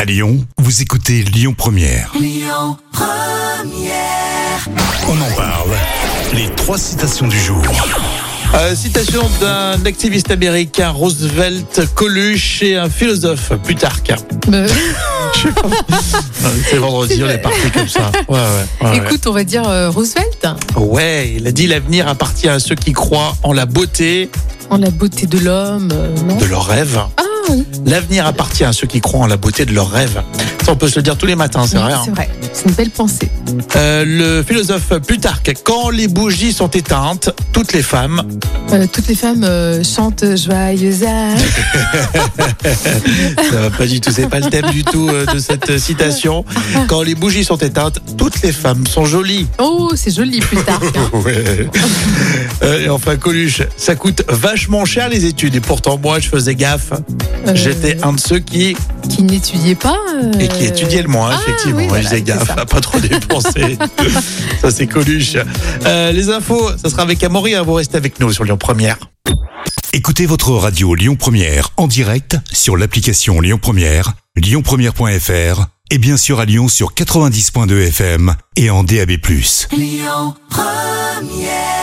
À Lyon, vous écoutez Lyon Première. On en parle. Les trois citations du jour. Euh, citation d'un activiste américain, Roosevelt, Coluche et un philosophe, Plutarque. Bah, Euh, C'est Ah, vendredi, C'est on est vrai. parti comme ça. Ouais, ouais, ouais, ouais. écoute, on va dire euh, Roosevelt. Ouais, il a dit l'avenir appartient à ceux qui croient en la beauté En la beauté de l'homme, euh, non de leurs rêves. Ah oui, L'avenir appartient à ceux qui croient en la beauté de leurs rêves. Ça, on peut se le dire tous les matins, c'est oui, vrai. hein. c'est vrai. C'est une belle pensée. Euh, le philosophe Plutarque, quand les bougies sont éteintes, toutes les femmes Euh, toutes les femmes euh, chantent joyeux anniversaire. Ça va pas du tout, c'est pas le thème du tout euh, de cette euh, citation. Quand les bougies sont éteintes, toutes les femmes sont jolies. Oh, c'est joli plus tard. hein. Ouais. Euh, et enfin, Coluche, ça coûte vachement cher les études. Et pourtant, moi, je faisais gaffe. Euh, J'étais un de ceux qui, Qui n'étudiait pas. euh, et qui étudiait le moins, ah, effectivement. oui, Ouais, voilà, je faisais c'est gaffe ça. à pas trop dépenser. ça, c'est Coluche. Euh, les infos, ça sera avec Amaury. hein. Vous restez avec nous sur Lyon Première. Écoutez votre radio Lyon Première en direct sur l'application Lyon Première, lyonpremière.fr et bien sûr à Lyon sur 90.2 FM et en DAB+. Lyon Première